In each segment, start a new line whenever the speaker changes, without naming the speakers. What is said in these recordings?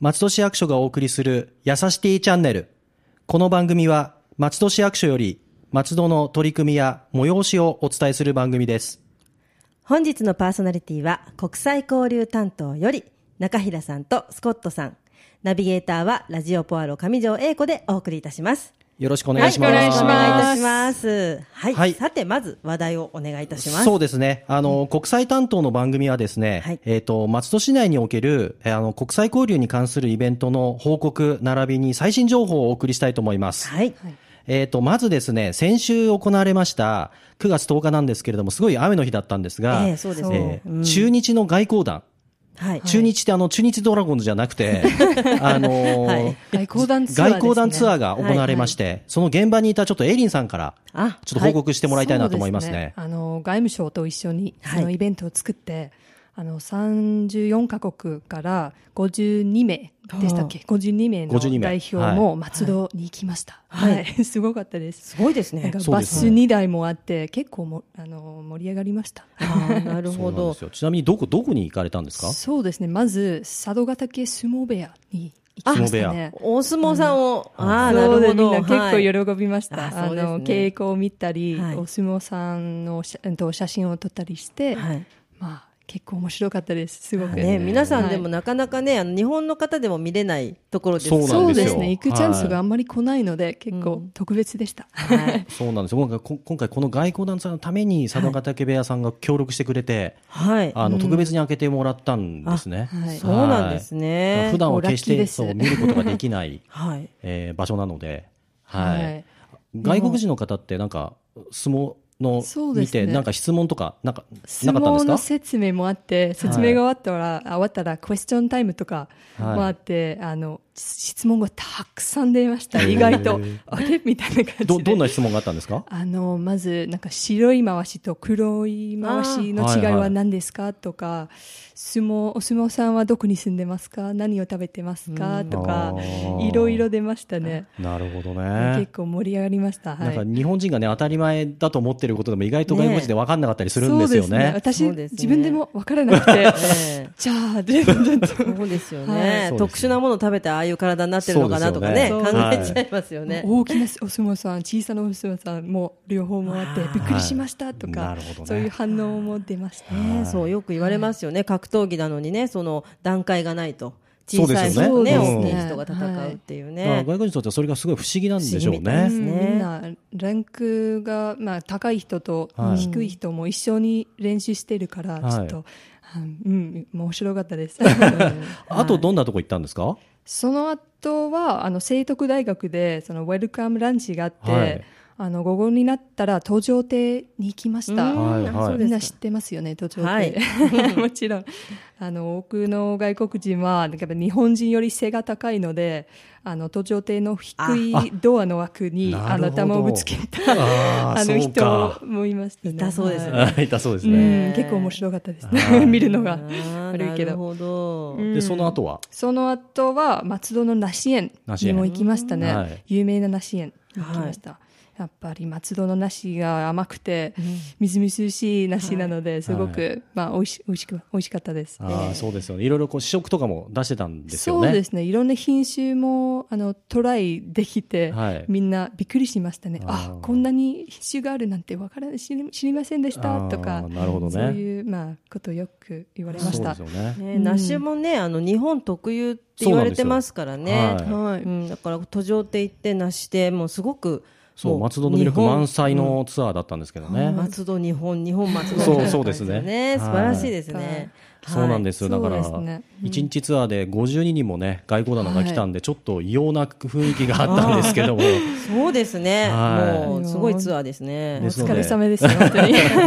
松戸市役所がお送りするやさしティチャンネル。この番組は松戸市役所より松戸の取り組みや催しをお伝えする番組です。
本日のパーソナリティは国際交流担当より中平さんとスコットさんナビゲーターはラジオポアロ上条英子でお送りいたします
よろしくお願いします。
はいお願いし
お
ます
願いいたしますはい、
はい
さてまず話題をお願いいたします
そうですね。あの、国際担当の番組はですね、
はい
えっ、と、松戸市内における、えーあの、国際交流に関するイベントの報告並びに最新情報をお送りしたいと思います。
はい、
えっ、と、まずですね、先週行われました、9月10日なんですけれども、すごい雨の日だったんですが、
ええそうです
え
ね
ー中日の外交団、
はい
中日ってあの、中日ドラゴンズじゃなくて、あのー
はい
外交団ツアー、
外交団ツアーが行われまして、その現場にいたちょっとエイリンさんから、
あ
ちょっと報告してもらいたいなと思いますね。
そうであの外務省と一緒に
はい
そのイベントを作って、あの34カ国から52名でしたっけ52名
52
の
名
代表も松戸に行きました、
は
はいい すごかったです
すごいです
なん
ね
か
そう
バ
です
ス
ね
2台もあって結構もあの盛り上がりました
あーなる
そ
ほ
うなん
ど
ですよ。ちなみにどこ、どこに行かれたんですか
そうですねまず佐渡ヶ嶽相撲部屋に行きました
相撲部
ね
お相撲さんを、ああなる
そ
ほど
うでみんな
はい
結構喜びました、
あ
あ
そうですね
の稽古を見たり、
はい
お相撲さんの写うんと写真を撮ったりして、
はい
まあ結構面白かったですすごく、
ね、皆さん
はい
でもなかなかね、あの日本の方でも見れないところです
そうなん
そ
で
う
すよ
ですね行くチャンス
はい
があんまり来ないので、結
う
構
ん
特別でした、
はい、
そうなんですよ今回こ今回この外交団さんのために佐渡ヶ嶽部屋さんが協力してくれて、
はい、
あの特別に開けてもらったんですね。
あはい
はい
そうなんですね
普段は
もうラッ
決し
キー
て
です
そう見ることができない、
はい
えー場所なので、はい
はい
外国人の方ってなんか相撲の
そうで
見
す
て、
ね
なんか質問とかなんかな
相
かったんで
撲
す
の
か？
説明もあって説明が終わったら、終わったらクエスチョンタイムとかもあって、あの質問がたくさん出ました意外とあれみたいな感じで
どどんな質問があったんですか？
あのまずなんか白い回しと黒い回しの
あー
違い
はいは
はい何ですか、とか相撲お相撲さんはどこに住んでますか何を食べてますかと
あ
か
ー
いろいろ出ましたね、
なるほどね。
結構盛り上がりました、は
なん
い、
か日本人がね当たり前だと思ってることでも意外と外国人で分かんなかったりするんですよ
そうですね
ね。
私
そうですね
自分でも分からなく て
ええ
じゃあでもちょっと
そうですよ
はい
ね、
そうです
特殊なものを食べてああいう体になってるのかなとかね
そう
考
ですよね
えちゃいますよね、
大きなお相撲さん小さなお相撲さんも両方もあって
はい
びっくりしましたと
な
か、
るほどね
そういう反応も出ました、
ねそうよく言われますよね、格闘技なのにねその段階がないと
そ
小
うで
さい
す
人
よ
とね
ねそう
大き
です
い
ね
人が戦うっていう
だから外
ね、
国人にとってはそれがすごい不思議なんでしょう
不思議みたいで
ね
す。ね
みんなランクが、まあ、高い人と
はい
低い人も一緒に練習してるから、
はい
ちょっと、うんうん、面白かっ たです。
あとどんなとこ行ったんですか？
その後はあの聖徳大学でそのウェルカムランチがあって、
はい
あの午後になったら東上亭に行きました。
うん
はいはい
そう
み
で
ん
す
な知ってますよね、途中で。
はい
もちろん。あの、多くの外国人は、なんか日本人より背が高いので、あの、途上亭の低
あ
いドアの枠に、
なるほど
あの、頭をぶつけた、
あー
あの
そうか
人もいましたね。
いたそうですね
はい
あ いたそうです
う
ね。
ん、結構面白かったです
は
ね。
い
見るのが
あー
悪いけ
なる
ど。
ほど、
うん
でその後は
その後は、松戸の梨園
梨
にも
園
行きましたね。
はい
有名な梨園に行きました。やっぱり松戸の梨が甘くて、みずみずしい梨なので、すごく、
は
まあ、美味し、美味しく、美味しかったです。
ああそうですよね。いろいろこう試食とかも出してたんですよ
そう
ね
で。すね。いろんな品種も、あの、トライできて、
はい
みんなびっくりしましたね。
あー
あこんなに品種があるなんてわからない、知り知りませんでした、と
あ
か
ー、なるほどね
そういう、まあ、ことをよく言われま
そ
し
うで
た。
すよね。
ね
うん
梨もねあの日本特有って言われてますから
そうな
ね
んですよは
はい
うん、だから途上って行って梨でもうすごく
そう
も
松戸の魅力
日本
満載のツアーだったんですけどね。
松戸日本日本松戸
そう
みたいな
そうですね
感じ
はい
素晴らしいですね、はい
そうなんですよ。だから
そうですねうん
一日ツアーで52人もね外交団が来たんでちょっと異様な雰囲気があったんですけども。
そうですね、
はい
もうすごいツアーですね
お
です
疲れ様 ですよ、本当に。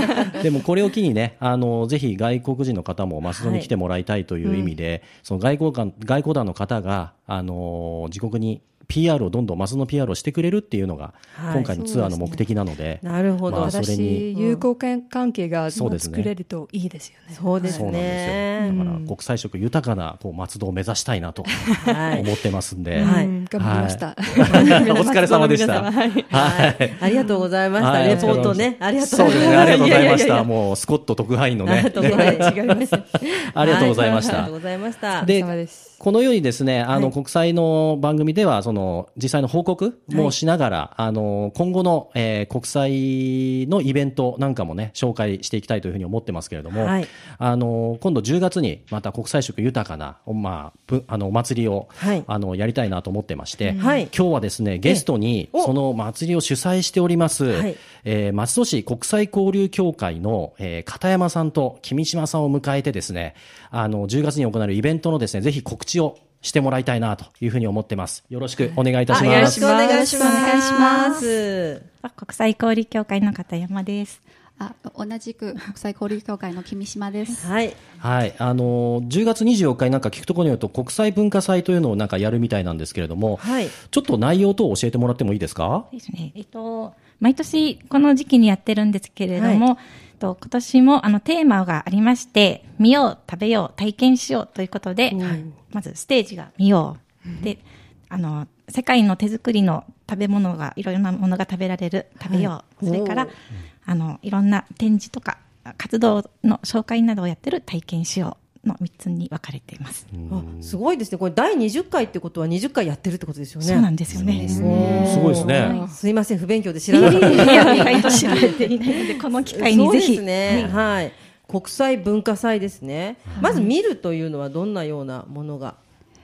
でもこれを機にね、あの、ぜひ外国人の方も松戸に来てもらいたいという意味で、その外交官、外交団の方が、あの、自国に PR をどんどんマスの PR をしてくれるっていうのが、
はい
今回のツアーの目的なので、
なるほど、
まあそれに
私友好関係が
そうですね
作れるといいですよね。
そうです
そうなん
ね
ですよ。だから国際色豊かなこう松戸を目指したいなと
はい
思ってますんで。
はい
うん頑張りました。
お疲れ様でした
皆様はい
はい。
ありがとうございました、
はい
レポートね、ありがとう
そうですね。ありがとうございまし
や
た。
やや
もうスコット特派員の
あり
ね
が。とうございます。違います。
ありがとうございまし
ありが
た
とう。ございました。
で
お疲れ様です
このようにですね、あ
は
の、
い
国際の番組では、その、実際の報告もしながら、あの、今後の、えー国際のイベントなんかもね、紹介していきたいというふうに思ってますけれども、
はい
あの、今度10月にまた国際色豊かな、おまあ、ぶあの、お祭りを、
はい
あの、やりたいなと思ってまして、
はい
今日はですね、ゲストに、
お
その祭りを主催しております、
はい
えー松戸市国際交流協会の、えー片山さんと君島さんを迎えてですね、あの、10月に行われるイベントのですね、ぜひ告知をしてもらいたいなというふうに思ってます。よろしくお願いいたし
あよ
ま
ろ
す。
しくお願いします。。
お願いしますあ国際交流協会の片山です。
あ同じ く国際交流協会の君島です。
はい。
はい。あのー、10月24日になんか聞くところによると、国際文化祭というのをなんかやるみたいなんですけれども、
はい
ちょっと内容等を教えてもらってもいいですか
ですね。えっと、毎年この時期にやってるんですけれども、えっと今年もあのテーマがありまして、見よう、食べよう、体験しようということで、まずステージが見よう。で、あの、世界の手作りの食べ物が、いろいろなものが食べられる、食べよう。それから、あの、いろんな展示とか、活動の紹介などをやってる体験しようの3つに分かれています。
あすごいですね。これ第20回ってことは20回やってるってことですよね。
そうなんですよね。
うんすごいですね。
すいません、不勉強で知らなかった。
い や意外と知られていないので、この機会にぜ
そうで
ひ。
すね。はい。国際文化祭ですね。まず見るというのはどんなようなものが。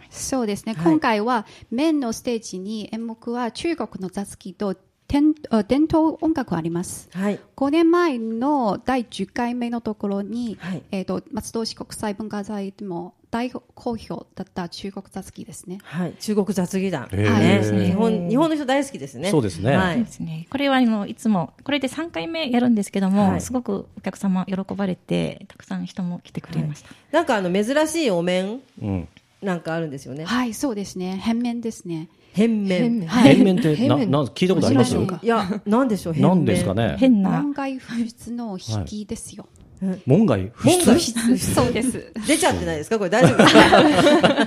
そうですね、
はい
今回はメインのステージに演目は中国の雑技と伝あ伝統音楽あります。
はい。
5年前の第10回目のところに、
はい
えー、と松戸市国際文化財でも大好評だった中国雑技ですね。
はい。中国雑技団。
へー
ね。日本、日本の人大好きですね。
そうですね
は
そう
い
で。すねこれはあのいつも、これで3回目やるんですけども、
はい
すごくお客様喜ばれて、たくさん人も来てくれました。
なんかあの、珍しいお面
うん。
なんかあるんですよね。
はい、そうですね。変面ですね。
変面。
変
変面って、な、
変面
な、聞いたことあります
面白いね
いや、なんでしょう、変面。
なんですかね
変な、
門外不出の引きですよ。
門外不
門外
出
不出
そうです。
出ちゃってないですかこれ大丈夫です か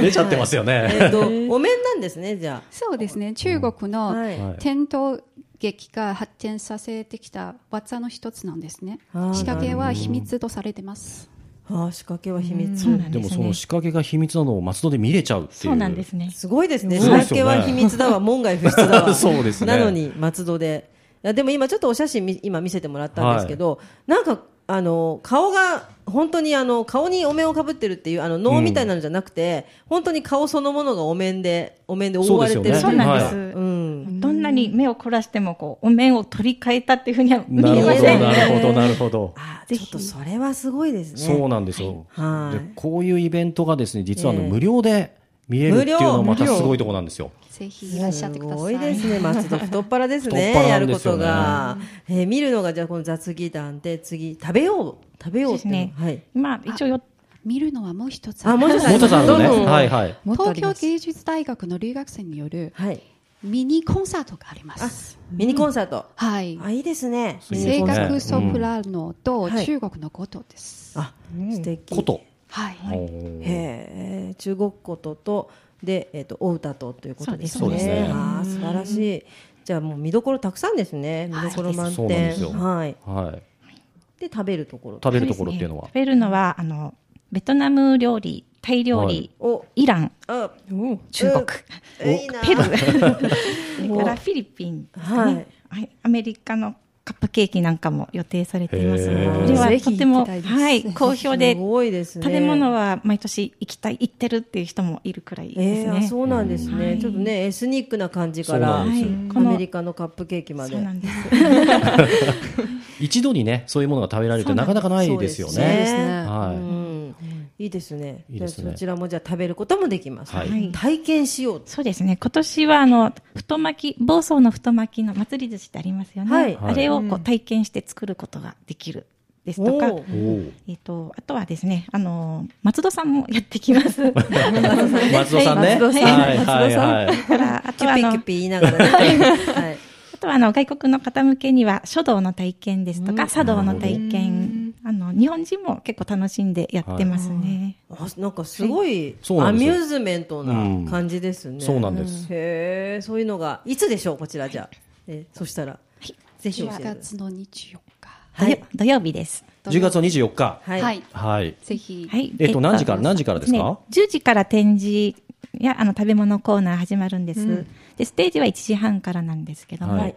出ちゃってますよね。
えっと、お面なんですね、じゃ
そうですね。中国
あ。
の、
はい。
はい
伝統劇が発展させてきた技の一つなんですね
あー
仕掛けは秘密とされてます
ああ、仕掛けは秘密
そ。うなん
で
で
も
す
そ
ね
の。仕掛けが秘密なのを松戸で見れちゃうっていう。
そうなんですね。
すごいですね。仕
すごいで
掛
すよ
け
ね
は秘密だわ、門外不出だ わ。
そうですね
なのに、松戸で。いや、でも今ちょっとお写真み今見せてもらったんですけど、なんか、あの、顔が、本当にあの、顔にお面をかぶってるっていう、あの、脳みたいなのじゃなくて、本当に顔そのものがお面で、お面で覆われてるといか
そ
そうう
ですよね
なんです。
うん。
どんなに目を凝らしても、こう、お面を取り替えたっていうふうには見
なる
え
ほ
ま
ど、
せん。
なるほど、なるほど。
ああ、ちょっとそれはすごいですね。
そうなんですよ。
はい
でこういうイベントがですね、実はあの
ええ
無料で見れるっていうのがまた
無料
すごいところなんですよ。
ぜひいらっしゃってください
すごいですね、松戸太っ腹ですね、
太っ腹
や
な
る
んで
こ
すよ
と
ね
が。えー見るのが、じゃあこの雑技団で、次、食べよう、食べよ
そう
うっ
です
ていう
ね
の。はい。。
まあ、一応よ、
見るのはもう一つ
あ、もう一つ
もう一つあるのね。
どんどん
はいはい。
もっとあ
東
り
京
ます
芸術大学の留学生による
はい。
ミニコンサートがあります
ミニコンサート。
はい
あ、いいですね。
ミニ
声
コンサート
楽ソプラノ
う
と
んはい
中国のことです
あ、素敵。
こと。
はい、
おー
へえ、中国ことと、で、えっと、お歌とということですね。
そうですそうですね
あー、素晴らしい。じゃあもう見どころたくさんですね。見どころ満
そうなんです
点。
よ
はい。
はい。
で、食べるところ。
食べるところっていうのは
食。べるのは、あの、ベトナム料理、タイ料理、
お、
イラン、
あ、
お
中国、
うんいいな。
ペ ルー、それからフィリピンですかね、はい、アメリカのカップケーキなんかも予定されています
へー
ので、これは
ぜひ
とて
行
も、
きたいです
はい、好評
す
で、
ごいですね。
食べ物は毎年行きたい、行ってるっていう人もいるくらいで
え
す
えあ
ね。
そうなんですね、
はい
ちょっとねエスニックな感じか
そう
ら、
なんですよ
はい
アメリカのカップケーキまで
そうなんです。
一度にね、そういうものが食べられるってなかなかないですよ
そうなん
ね。
ですねう
は
ん、いいですね
いいですね
じゃあそちらもじゃあ食べることもできます、
はい
はい
体験しよう
そうですね。今年は、あの、太巻き、房総の太巻きの祭り寿司ってありますよね。
はい
あれをこう体験して作ることができるですとか
お、ー
えっと、あとはですね、あの、松戸さんもやってきます。松戸
松戸さんね。
松戸さん
はいは
松戸
い
さん
はい。
から、あ
キ
と
ュッ
はあ
ピー
の
キュッピー言いながらね。はい。
あとはあの外国の方向けには書道の体験ですとか、茶道の体験、あの日本人も結構楽しんでやってますね。
あなんかすごい
そうな
ア
んです
ミ
よ
ューズメントな感じですね。
そうなんです。
へえ、そういうのがいつでしょうこちらじゃあ。えそしたらぜひ教え
10
てくださ
月の24日。
はい
土曜土曜日です。
10月の24日。
い。
はい。
はい。
ぜひ。
はい。
えっと何時から何時からですか
ね ?10 時から展示やあの食べ物コーナー始まるんです、で、ステージは1時半からなんですけども、
は
はいい。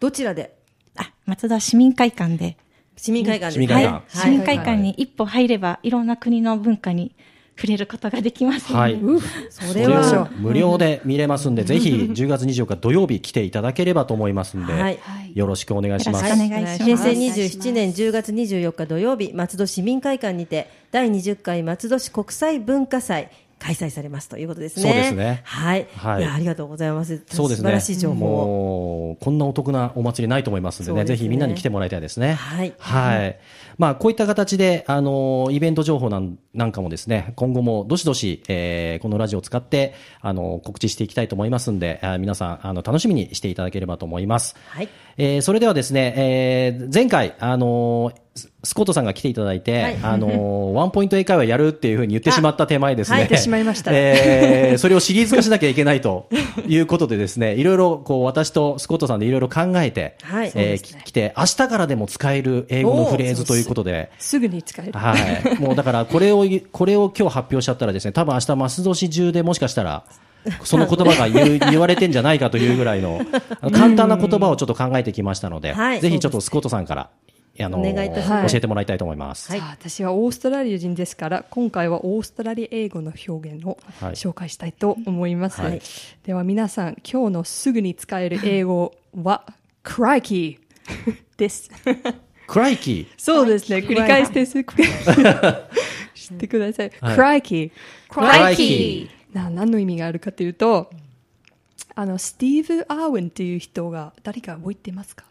どちらで
あ、松戸市民会館で、
市民会館
市民
で。
会
は
館
い。市民会館に一歩入れば、いろんな国の文化に触れることができますの
は
で、
い。
そ
そ
れ
れ
は
を無料で見れますんで、ぜひ10月24日土曜日来ていただければと思いますんで、
はい
よろしくお願いしま
よ
す
ろ。しくお願いします
平成27年10月24日土曜日、松戸市民会館にて、第20回松戸市国際文化祭、開催されますということですね。
そうですね
はい。
はい
い、や、ありがとうございます。
そうです
素晴
ね。
らしい情報を。
もうこんなお得なお祭りないと思いますんで
そ
ね、
うです
ぜ
ね
ひみんなに来てもらいたいですね。
はい
はい。まあ、こういった形で、あの、イベント情報なんなんかもですね、今後もどしどし、えーこのラジオを使って、あの、告知していきたいと思いますんで、あー皆さん、あの、楽しみにしていただければと思います。
はい。
えーそれではですね、えー前回、あのーススコットさんが来ていただいて、
はい
あのーワンポイント英会話やるっていうふうに言ってしまった手前ですね。
はい言ってし
まいました
えーそれをシリーズ化しなきゃいけないということでですね、いろいろこう私とスコットさんでいろいろ考えて、
はいそう
え
で
ー
すね
き来て、明日からでも使える英語のフレーズということで、
すぐに使える。
はい。もうだから、これを、これを今日発表しちゃったらですね、多分明日、マスド市中でもしかしたら、その言葉が 言う言われてんじゃないかというぐらいの、あの簡単な言葉をちょっと考えてきましたので、
はい
ぜひちょっとスコットさんから、あの、
お願いいたします
教えてもらいたいと思います。
はい
さあ私はオーストラリア人ですから今回はオーストラリア英語の表現を
はい
紹介したいと思います、
はい
では皆さん今日のすぐに使える英語は「クライキ ー」です
クライキ
そうですね繰り返してすぐ知ってください「
はい
クライキー」
ー。
クライ
キ
キ
な何の意味があるかというとあのスティーブ・アーウェンっていう人が誰か覚えてますか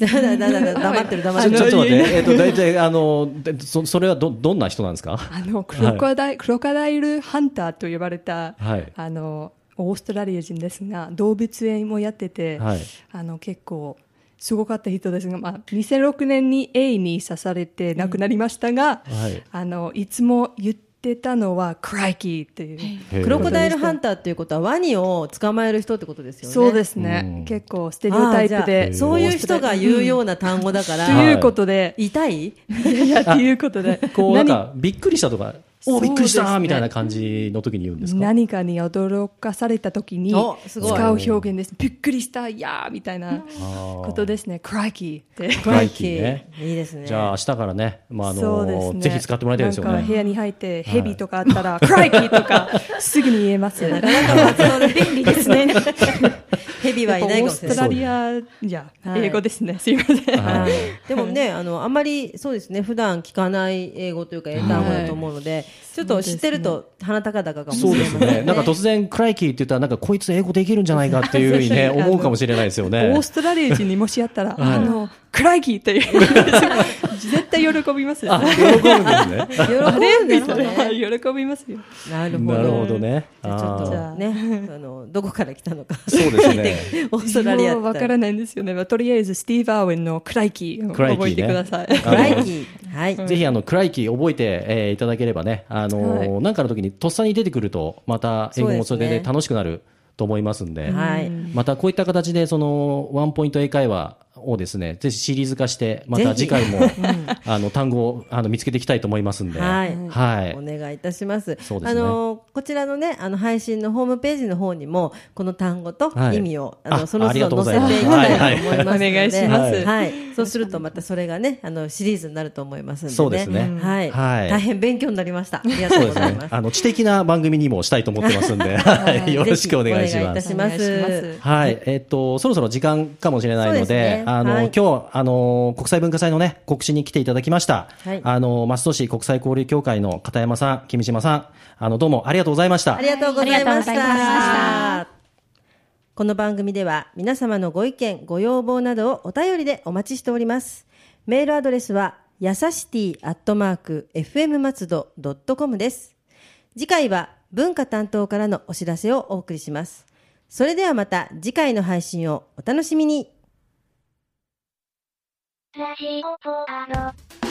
だだだだだ黙ってる黙っ
ち
て
ょ
る。
ちょっと待って、えっと、大体、あの、でそそれはど、どんな人なんです か
あのクロコダイ、クロコダイルハンターと呼ばれた、
はい
あのオーストラリア人ですが動物園もやってて、
はい
あの結構すごかった人ですが、まあ、2006年にエイに刺されて亡くなりましたが、
はい
あのいつも言ってたのはクライキーっていう。
クロコダイ
ル。
ルハンターっていうことはワニを捕まえる人ってことですよね。。
そうですすね、
うん
結構ステレオタイプで
そういう人が言うような単語だか
と
ん
ら、
いうことで、
痛い
いやいやということで
こう、なんか、びっくりしたとか、お
そうで
び
すね
っくりしたみたいな感じの時に言うんですか
何かに驚かされた時に
おす
使
ごいう
表現です。びっくりした、いやーみたいなことですね。クライキーって。
クライキーね。
いいですね。
じゃあ明日からね、まああ
そうです
の
ね。
ぜひ使ってもらいたいですよ
なんか部
ね。
屋に入ってヘビとかあったら、クライキー とかすぐに言えますよね。
便利ですね。ヘビはいないか
オ
も
ー
し
ス
れな
ト
い。
ラリアじゃ
はい
英語です ね。すいません。
はい
でもね、あの、あんまり、そうですね、普段聞かない英語というか、英単語だと思うので、ちょっと知ってると、鼻高々かもしれ
そう
な
で
い。
すね。なんか突然クライキーって言ったらなんかこいつ英語できるんじゃないかっていうふうに ね思うかもしれないですよね
オー。ストラリア人にもしあったら、あのクライキ ーっていう絶対喜びますよ
あ
ね。
喜ぶんですね。
喜ぶんですね。
はい喜びますよ。
なる ほ
なる
ど。
ほどね。
じゃあちょっ
あ
と
ー
ね、あの、どこから来たのか。
そうですね。
オーストラリア
もうわ
っ
か
て。
らないんですよね。まあとりあえずスティーブ・アーウェンのクライキーを
クライキー
覚
ね
えてください。
クライキー。はい。
ぜひあのクライキー覚えて、えーいただければね、あのー
は
なんかの時にとっさに出てくるとまた英語もそれで,、
そう
ね
ですね
楽しくなると思いますんで、
はい
またこういった形でそのワンポイント英会話をですね、ぜひシリーズ化してま
ぜ
た
ひ
次 回も、あの単語をあの見つけていきたいと思いますんで、
はい
はい
お願いいたします。
そうです
あ
ね
のこちらのねあの配信のホームページの方にもこの単語と
はい
意味を、あ
あ
のその
ありが
都
とう
度
ござい
載
ます
せていきたいと思いますので、
はいはいお願いします
はい、そうするとまたそれがねあのシリーズになると思いますんで、ね、
そうですね
はい、
はい
大変勉強になりました。ありがと
そう
う
で
ご
す
ざい
ね
ます。。
あの知的な番組にもしたいと思ってますん で、はいよろしくお願いし
ぜひお
ま
願いいた
す。
します。
お願いします
はい、えっと、そろそろ時間かもしれないので、
そうですね
あの、
はい
今日、あの、国際文化祭のね、告知に来ていただきました。
はい
あの、松戸市国際交流協会の片山さん、君島さん、あの、どうもありがとうございました
あ。りがとうございまし。
ありがとうございました
この番組では皆様のご意見、ご要望などをお便りでお待ちしております。メールアドレスは、やさしティアットマーク、fm 松戸 .com です。次回は文化担当からのお知らせをお送りします。それではまた次回の配信をお楽しみに。
ラジオポアド。